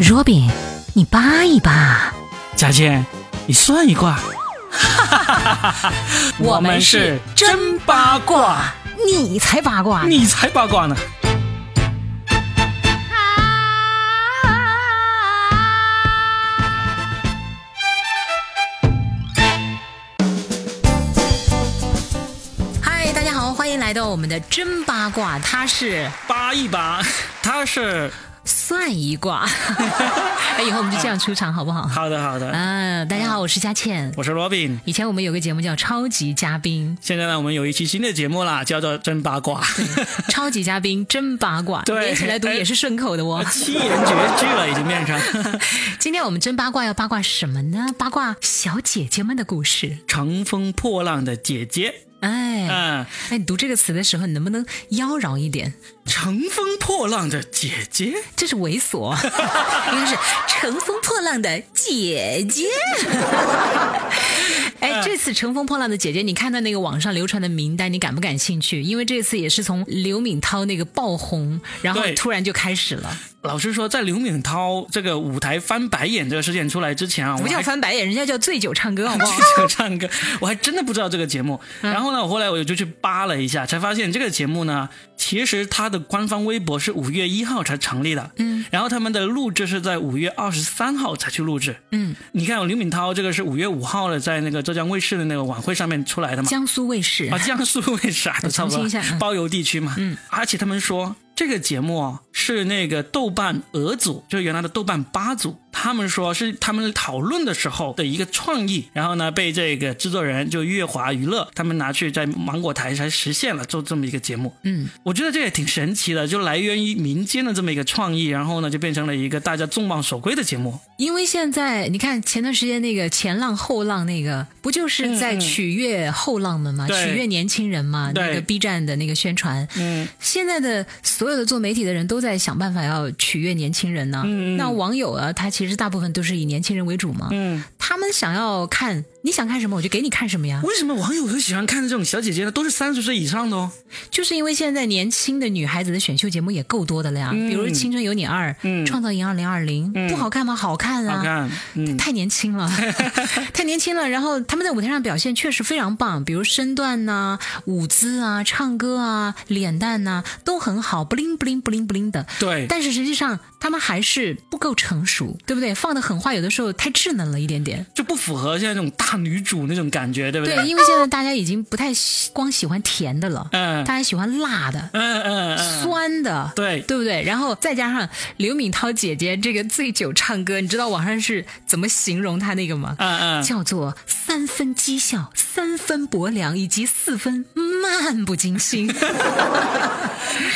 Robin，你扒一扒。佳倩，你算一卦。 我们是真八卦，你才八卦呢。你才八卦呢。嗨，大家好，欢迎来到我们的真八卦，它是扒一扒，他是算一 卦。哎，以后我们就这样出场好不好？好的好的。啊，大家好，我是佳倩。我是 Robin，以前我们有个节目叫《超级嘉宾现在呢，我们有一期新的节目啦，叫做《真八卦》，》，超级嘉宾真八卦，对连起来读也是顺口的 哦。七言绝句了，已经变成 今天我们真八卦要八卦什么呢？八卦小姐姐们的故事。乘风破浪的姐姐。哎，嗯，哎，你读这个词的时候，你能不能妖娆一点？乘风破浪的姐姐，这是猥琐， 应该是乘风破浪的姐 姐。哎，这次《乘风破浪的姐姐》，你看到那个网上流传的名单，你感不感兴趣？因为这次也是从刘敏涛那个爆红，然后对突然就开始了。老实说，在刘敏涛这个舞台翻白眼这个事件出来之前啊，我不叫还翻白眼，人家叫醉酒唱歌， 好不好？就唱歌，我还真的不知道这个节目。然后呢，我后来我就去扒了一下，才发现这个节目呢，其实它的官方微博是五月一号才成立的，嗯，然后他们的录制是在五月二十三号才去录制，嗯，你看刘敏涛这个是五月五号的，在那个浙江卫视的那个晚会上面出来的嘛，江苏卫视 啊，江苏为啥的，差澄不清多一下嗯包邮地区嘛。嗯，而且他们说这个节目啊是那个豆瓣俄组，就是原来的豆瓣八组，他们说是他们讨论的时候的一个创意，然后呢被这个制作人就月华娱乐他们拿去在芒果台才实现了做这么一个节目。嗯，我觉得这也挺神奇的，就来源于民间的这么一个创意，然后呢就变成了一个大家众望所归的节目。因为现在你看前段时间那个前浪后浪那个，不就是在取悦后浪们吗？嗯对取悦年轻人嘛？对那个 B 站的那个宣传，嗯，现在的所有的做媒体的人都在想办法要取悦年轻人呢、嗯嗯那网友啊，他其实大部分都是以年轻人为主嘛。嗯，他们想要看你想看什么，我就给你看什么呀。为什么网友会喜欢看这种小姐姐呢？都是三十岁以上的哦。就是因为现在年轻的女孩子的选秀节目也够多的了呀，比如《青春有你二》嗯创造营二零二零》，不好看吗？好看啊！好看，嗯，太年轻了， 太年轻了。然后他们在舞台上表现确实非常棒，比如身段呐、舞姿啊、唱歌啊、脸蛋呐、都很好，不灵不灵不灵不灵的。对。但是实际上，他们还是不够成熟，对不对？放的狠话有的时候太稚嫩了一点点。就不符合现在这种大女主那种感觉，对不啊对，因为现在大家已经不太喜光喜欢甜的了，嗯大家喜欢辣的、嗯嗯嗯，酸的，对对不对？然后再加上刘敏涛姐姐这个醉酒唱歌，你知道网上是怎么形容她那个吗？嗯嗯，叫做三分讥笑、三分薄凉以及四分漫不经 心。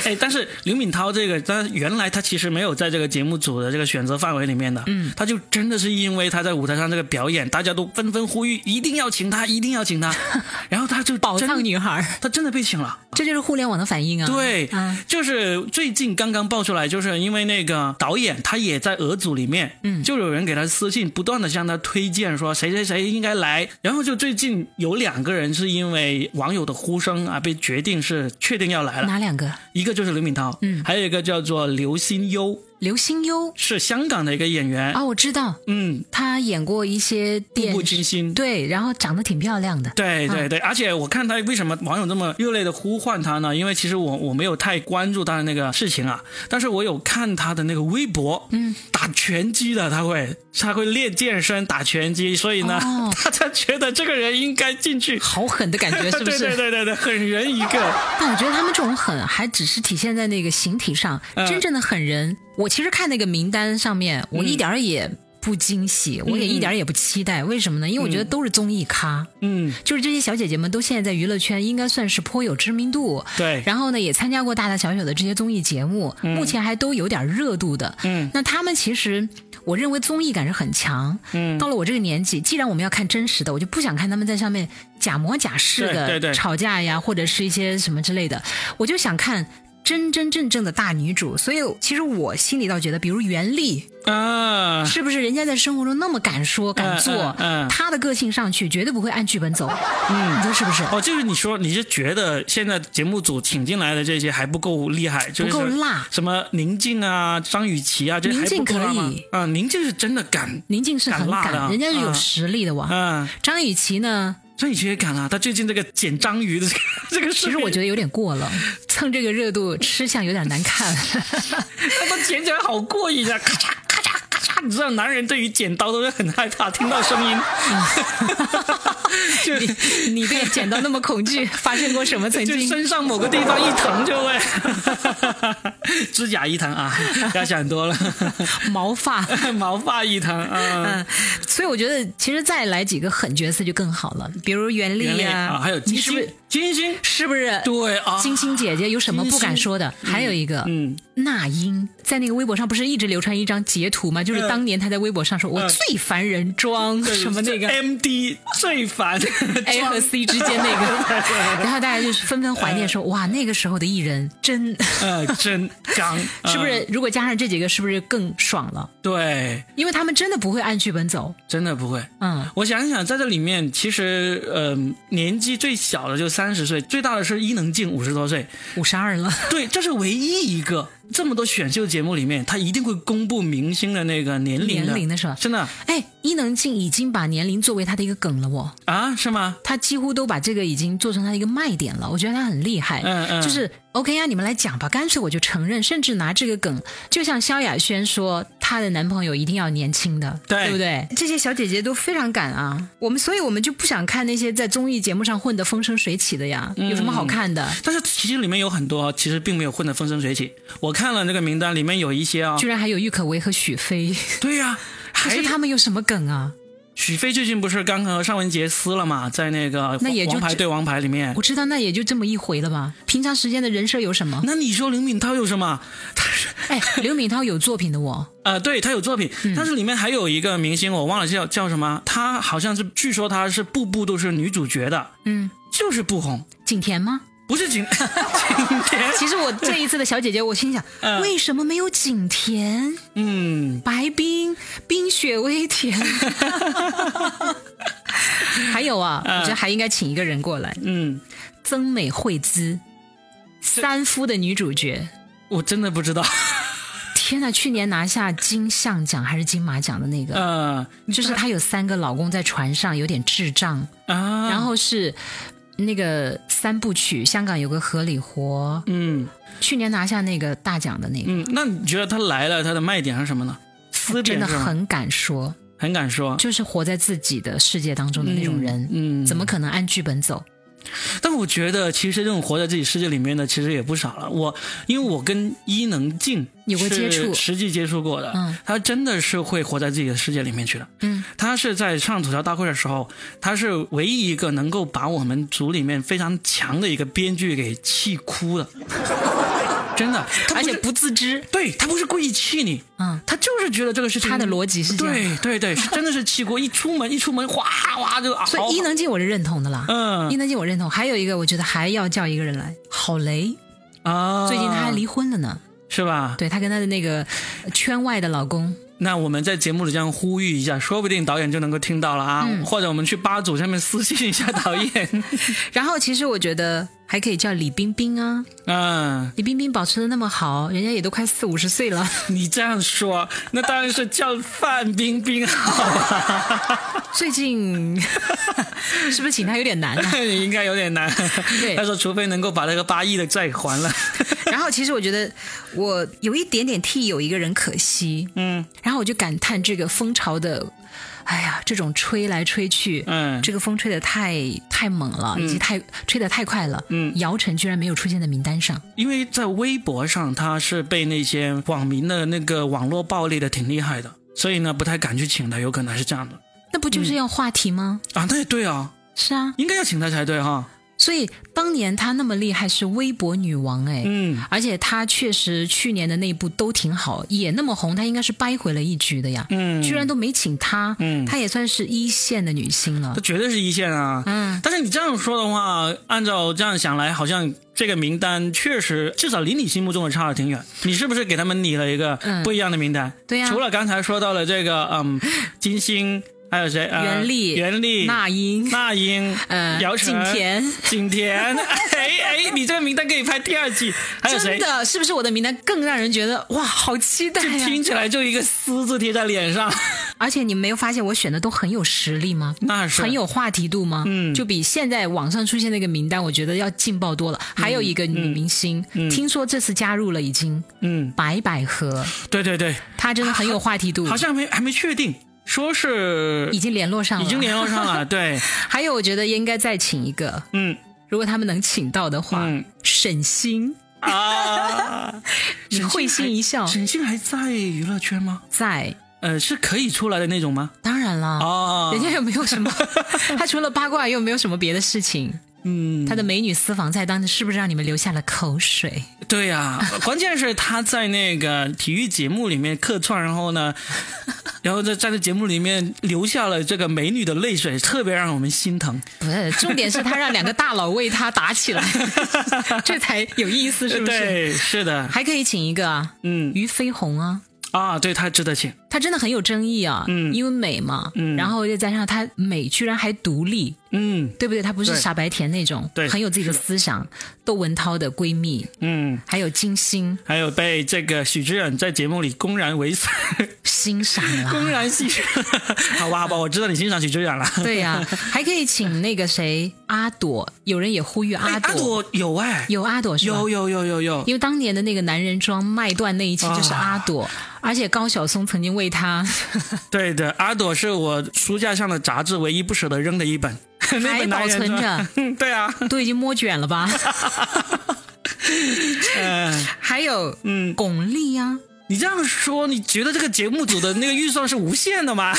哎，但是刘敏涛这个，但原来她其实没有在这个节目组的这个选择范围里面的，嗯，她就真的是因为她在舞台上这个表演，大家都纷纷呼吁一定要请她，一定 要请她，然后她就宝藏真，女孩儿，她真的被请了。这就是互联网的反应啊！对，啊，就是最近刚刚爆出来，就是因为那个导演他也在俄组里面，嗯，就有人给他私信，不断的向他推荐说谁谁谁应该来，然后就最近有两个人是因为网友的呼声啊，被决定是确定要来了，哪两个？一个就是刘敏涛，嗯，还有一个叫做刘心悠，刘心悠是香港的一个演员，啊，我知道，嗯，她演过一些步电步惊心。对，然后长得挺漂亮的。对对对，而且我看他为什么网友这么热烈的呼唤他呢？因为其实我我没有太关注他的那个事情啊，但是我有看他的那个微博，嗯，打拳击的他会他会练健身打拳击，所以呢， 哦大家觉得这个人应该进去，好狠的感 觉 是不是？对对对对对，狠人一个， 但我觉得他们这种狠还只是体现在那个形体上，嗯真正的狠人，我其实看那个名单上面，我一点儿也不惊喜，我也一点儿也不期待。为什么呢？因为我觉得都是综艺咖，嗯，就是这些小姐姐们都现在在娱乐圈应该算是颇有知名度，对，然后呢也参加过大大小小的这些综艺节目，目前还都有点热度的。嗯那他们其实。我认为综艺感是很强，嗯到了我这个年纪，既然我们要看真实的，我就不想看他们在上面假模假式对对的对吵架呀，或者是一些什么之类的，我就想看真真正正的大女主。所以其实我心里倒觉得，比如袁立，啊，是不是人家在生活中那么敢说敢做嗯，嗯嗯她的个性上去绝对不会按剧本走，嗯，你说是不是？哦，就是你说你是觉得现在节目组请进来的这些还不够厉害，就是不够什么辣什么宁静啊、张雨绮啊，这宁还静不够辣可吗以？啊，宁静是真的敢，宁静是很敢辣敢，的啊人家是有嗯实力的哇。嗯，张雨绮呢，张雨绮也敢啊，她最近这个捡章鱼的这个 这个事，其实我觉得有点过 了，蹭这个热度吃相有点难看。得她捡起来好过瘾啊，咔嚓咔嚓咔嚓，你知道男人对于剪刀都是很害怕，听 到声音， 就你你对剪刀那么恐 惧，发生过什么曾就经？身上某个地方一疼就 会，指甲一疼啊，不要想多了， 毛发。 毛发一疼啊。嗯，所以我觉得其实再来几个狠角色就更好了，比如袁原立力呀、啊，还有你金是星不是，金星，是不是？对啊，金星姐姐有什么不敢说的？还有一个，嗯，那英在那个微博上不是一直流传一张截图吗？就是当年她在微博上说“我最烦人装”嗯 对什么那个 M D 最烦 A 和 C 之间那 个，然后大家就是纷纷怀念说：“哇，那个时候的艺人真 呃真刚， 是不嗯是？如果加上这几个，是不是更爽了？对，因为他们真的不会按剧本走。真的不会。嗯我想想，在这里面，其实，嗯、年纪最小的就三十岁，最大的是伊能静，五十多岁。”五十二了，对，这是唯一一个这么多选秀节目里面，他一定会公布明星的那个年龄的，年龄的是吧真的哎，伊能静已经把年龄作为她的一个梗了哦，啊，是吗？她几乎都把这个已经做成她的一个卖点了。我觉得她很厉害，嗯嗯就是 OK 啊，你们来讲吧，干脆我就承认，甚至拿这个梗，就像萧亚轩说她的男朋友一定要年轻的，对不对？这些小姐姐都非常敢啊，我们所以我们就不想看那些在综艺节目上混得风生水起的呀，有什么嗯好看的？但是其实里面有很多其实并没有混得风生水起。我看了那个名单，里面有一些啊、居然还有郁可唯和许飞，对呀、可还是他们有什么梗啊？许飞最近不是刚和尚雯婕撕了嘛，在那个那也就王牌只对王牌里面我。知道那也就这么一回了吧。平常时间的人设有什么？ 那你说刘敏涛有什么？他是哎，刘敏涛有作品的我，呃，对他有作品，嗯但是里面还有一个明星，我忘了叫叫什么，他好像是据说他是步步都是女主角的，嗯，就是不红，景甜吗？不是 景景甜，其实我这一次的小姐姐，我心想，嗯为什么没有景甜？嗯，白冰、冰雪微 甜。还有啊，我觉得还应该请一个人过来，嗯，曾美惠孜，三夫的女主角。我真的不知道，天呐，去年拿下金像奖还是金马奖的那个，呃就是她有三个老公在船上，有点智障，啊，然后是。那个三部曲，香港有个合理活，嗯去年拿下那个大奖的那个，嗯，那你觉得他来了，他的卖点是什么呢？她撕真点的是吗很敢说，很敢说，就是活在自己的世界当中的那种人，嗯，怎么可能按剧本走？但我觉得，其实这种活在自己世界里面的，其实也不少了。我因为我跟伊能静有过接触是实际接触过的，嗯她真的是会活在自己的世界里面去的。嗯，她是在上吐槽大会的时候，她是唯一一个能够把我们组里面非常强的一个编剧给气哭的， 真的，她而是且不自知。对他不是故意气你，嗯，他就是觉得这个事情他的逻辑是这样对对对，是真的是气哭，一出门一出门哗哗就嗷， 所以伊能静我是认同的啦。伊嗯能静我认同，还有一个我觉得还要叫一个人来，郝蕾，啊，最近她还离婚了呢。是吧？对她跟她的那个圈外的老公，那我们在节目里这样呼吁一下，说不定导演就能够听到了啊，或者我们去吧组上面私信一下导演，然后其实我觉得还可以叫李冰冰啊，嗯，李冰冰保持的那么好，人家也都快四五十岁了， 你这样说，那当然是叫范冰冰好啊， 最近 是不是请她有点难 啊？应该有点难。对他说除非能够把那个八亿的债还了，然后其实我觉得我有一点点替有一个人可惜，嗯然后我就感叹这个风潮的，哎呀，这种吹来吹去，嗯这个风吹得太太猛了，以及太吹得太快了。嗯，姚晨居然没有出现在名单上。因为在微博上，他是被那些网民的那个网络暴力的挺厉害的，所以呢不太敢去请他，有可能是这样的那不就是要话题吗？嗯啊。那也对啊，是啊，应该要请他才对哈。所以当年她那么厉害是微博女王哎，嗯，而且她确实去年的那一部都挺好，也那么红，她应该是掰回了一局的呀。嗯居然都没请她，嗯她也算是一线的女星了他。绝对是一线啊。嗯但是你这样说的话，按照这样想来，好像这个名单确实至少离你心目中的差了挺远。你是不是给他们拟了一个嗯不一样的名单？对呀除了刚才说到了这个，嗯，金星，还有谁？呃袁立袁立、那英，那英、呃姚，景晨、甜，景甜。哎哎，你这个名单可以拍第二季。还有谁真？的是不是我的名单更让人觉得哇，好期待呀、听起来就一个“撕”字贴在脸 上，而且你没有发现我选的都很有实力吗？那是很有话题度吗？嗯就比现在网上出现那个名单，我觉得要劲爆多了。嗯还有一个女明星，听说这次加入了，已经嗯，白百合，对对对，她真的很有话题度，好像没还没确定，说是嗯已经联络上了，已经联络 上了，对，还有，我觉得应该再请一个，嗯如果他们能请到的话，嗯沈星，啊，你会心一笑，沈星还在娱乐圈吗？在哦呃，是可以出来的那种吗？当然啦。哦，人家又没有 什么，他除了八卦又没有什么别的事情。嗯，他的美女私房菜当时是不是让你们流下了口水？对呀、 关键是他在那个体育节目里面客串，然后 呢，然后在在这节目里面流下了这个美女的泪水，特别让我们心疼。不是，重点是他让两个大佬为他打起 来，这才有意思，是不是？对，是的，还可以请一个啊，嗯俞飞鸿啊，啊，对他值得请，她真的很有争议啊，嗯因为美嘛，嗯然后又加上她美居然还独立，嗯对不对？她不是对傻白甜那种，对很有自己的思想。窦文涛的闺蜜，嗯，还有金星还有被这个许知远在节目里公然为欣赏啊啦， 公然戏谑， 好吧好吧，我知道你欣赏许知远了。 对呀、还可以请那个谁阿朵，有人也呼吁哎阿朵，阿朵有哎，有阿朵是吧？有有有有有，因为当年的那个男人装卖断那一期就是啊阿朵，而且高晓松曾经为她对的，阿朵是我书架上的杂志唯一不舍得扔的一本， 那还本保男人存装着， 对啊，都已经摸卷了吧？ 嗯还有嗯，巩俐呀、你这样说，你觉得这个节目组的那个预算是无限 的吗？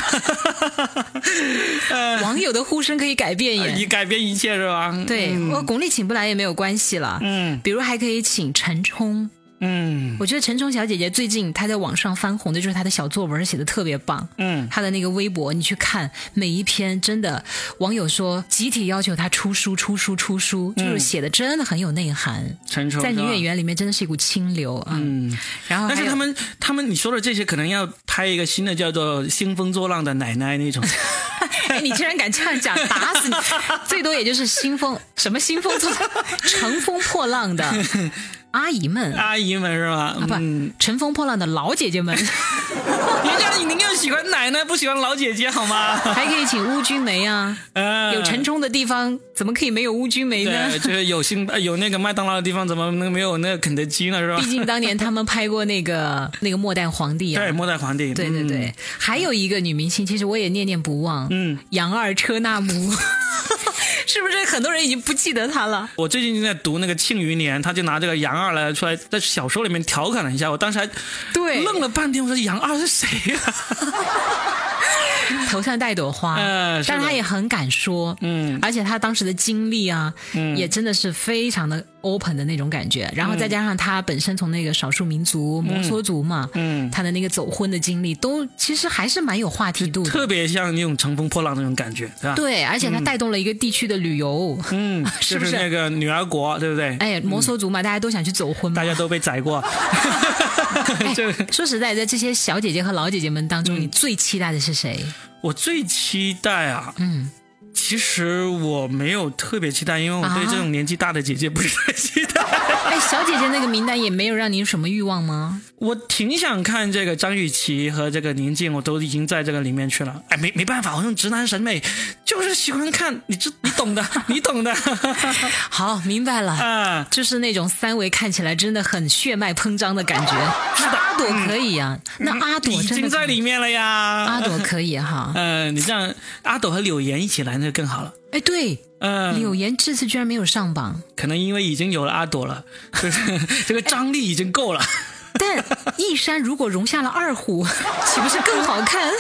网友的呼声可以改变以耶。改变啊一切是吧？对，我巩俐请不来也没有关系了。嗯比如还可以请陈冲，嗯我觉得陈冲小姐姐最近她在网上翻红的就是她的小作文写的特别棒，嗯，她的那个微博你去看每一篇，真的网友说集体要求她出书出书出书，就是嗯写的真的很有内涵，陈冲在女是吧演员里面真的是一股清流啊。嗯，然后还但是有他们他们你说的这些，可能要拍一个新的叫做《兴风作浪的奶奶》那种，哎，你竟然敢这样讲，打死你！ 最多也就是兴风什么兴风作，乘风破浪的阿姨们啊，阿姨们是吧？不嗯，，乘风破浪的老姐 姐们，人家你宁愿喜欢奶奶，不喜欢老姐姐好吗？还可以请邬君梅啊。嗯，有陈冲的地方，怎么可以没有邬君梅呢 对，？就是有星呃有那个麦当劳的地方，怎么能没有那个肯德基呢？是吧毕？竟当年他们拍过那个那个《末代皇帝》对，啊。末代皇帝。对对嗯对，还有一个女明星，其实我也念念不忘，嗯，杨二车纳姆， 是不是很多人已经不记得她了？我最近在读那个《庆余年》，他就拿这个杨二来出来，在小说里面调侃了一下，我当时还对，愣了半天，我说杨二是谁呀、啊 头上带朵花，嗯是的但他也很敢说，嗯，而且他当时的经历啊，也真的是非常的 open 的那种感觉，嗯然后再加上他本身从那个少数民族摩梭族嘛，嗯他的那个走婚的经历，都其实还是蛮有话题度的。特别像那种乘风破浪那种感觉，对吧？对，而且他带动了一个地区的旅游，嗯， 是不就是那个女儿国，对不对？哎，摩梭族嘛，大家都想去走婚嘛大。家都被宰过， 就哎嗯说实在，在这些小姐姐和老姐姐们当中，你最期待的是谁？我最期待啊！嗯，其实我没有特别期待，因为我对啊这种年纪大的姐姐不是太期待。哎，小姐姐那个名单也没有让你有什么欲望吗？我挺想看这个张雨绮和这个宁静，我都已经在这个里面去了。哎，没没办法，我用直男审美就是喜欢看，你这你懂的， 你懂的 好，明白了。啊。就是那种三维看起来真的很血脉喷张的感觉。阿朵可以啊，那阿朵嗯已真的经在里面了呀。阿朵可以哈、嗯、你这样阿斗和柳岩一起来那就更好了。哎，对，嗯、柳岩这次居然没有上榜， 可能因为已经有了阿朵了，就是 这个张力已经够了。但一山如果容下了二虎，岂不是更好看？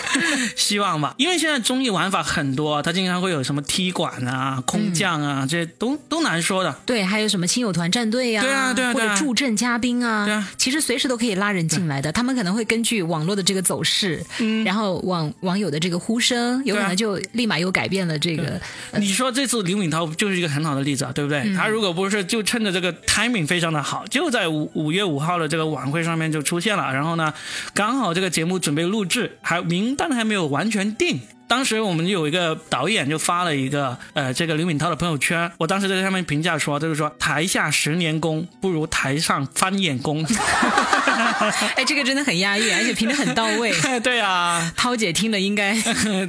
希望吧，因为现在综艺玩法很多，它经常会有什么踢馆啊、空降嗯啊，这些都都难说的。对，还有什么亲友团战队呀、对啊对啊或对者啊助阵嘉宾啊，对啊其实随时都可以拉人进来的。他们可能会根据网络的这个走势，然后网网友的这个呼声，有可嗯对啊能就立马又改变了这个。你说这次刘敏涛就是一个很好的例子啊，对不对？他如果不是就趁着这个 timing 非常的好，就在五五月五号的这个晚会上面就出现了，然后呢，刚好这个节目准备录制，还名单还没有完全定。当时我们有一个导演就发了一个呃这个刘敏涛的朋友圈，我当时在上面评价说，就是说台下十年功不如台上翻眼功。 嗯 哎，这个真的很押韵，而且评的很到 位。对啊，涛姐听了应该，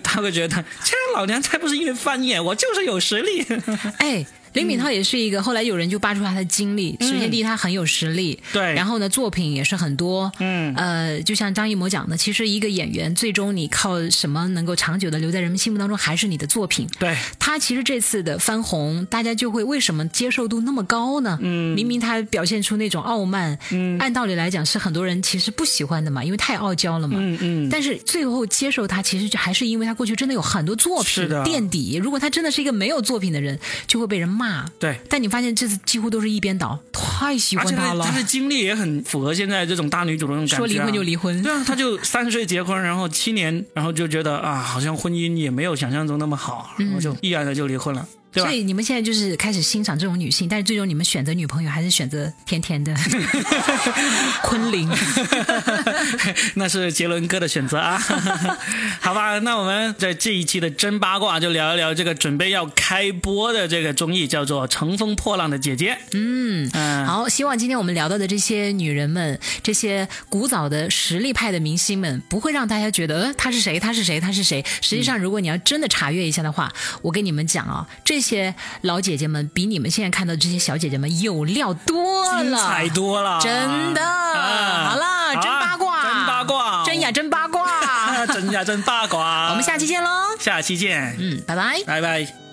他会觉得这老娘才不是因为翻眼，我就是有实力。 哎，林敏韬也是一个，后来有人就扒出他的经历。首先，第一，他很有实力，嗯对然后呢，作品也是很多，嗯，呃，就像张艺谋讲的，其实一个演员最终你靠什么能够长久的留在人们心目当中，还是你的作品。对，他其实这次的翻红，大家就会为什么接受度那么高呢？嗯，明明他表现出那种傲慢，嗯，按道理来讲是很多人其实不喜欢的嘛，因为太傲娇了嘛。嗯嗯。但是最后接受他，其实就还是因为他过去真的有很多作品是的垫底。如果他真的是一个没有作品的人，就会被人骂。对，但你发现这次几乎都是一边倒，太喜而欢且他了她，的经历也很符合现在这种大女主的那种感觉、啊。说离婚就离婚。对啊，她就三十岁结婚，然后七年，然后就觉得啊，好像婚姻也没有想象中那么好，然后就毅然的就离婚了，对嗯吧啊所？以你们现在就是开始欣赏这种女性，但是最终你们选择女朋友还是选择甜甜 的昆凌。 那是杰伦哥的选择啊， 好吧？那我们在这一期的真八卦就聊一聊这个准备要开播的这个综艺，叫做《乘风破浪的姐姐》。嗯嗯，好，希望今天我们聊到的这些女人们，这些古早的实力派的明星们，不会让大家觉得，呃，她是谁？她是谁？她是谁？实际上，如果你要真的查阅一下的话，我跟你们讲啊，这些老姐姐们比你们现在看到的这些小姐姐们有料多精了，彩多了，真的。啊好了，真八卦，真八卦，真呀，真 八卦。啊真呀，真八卦。我们下期见喽，下期见，嗯，拜拜。拜拜。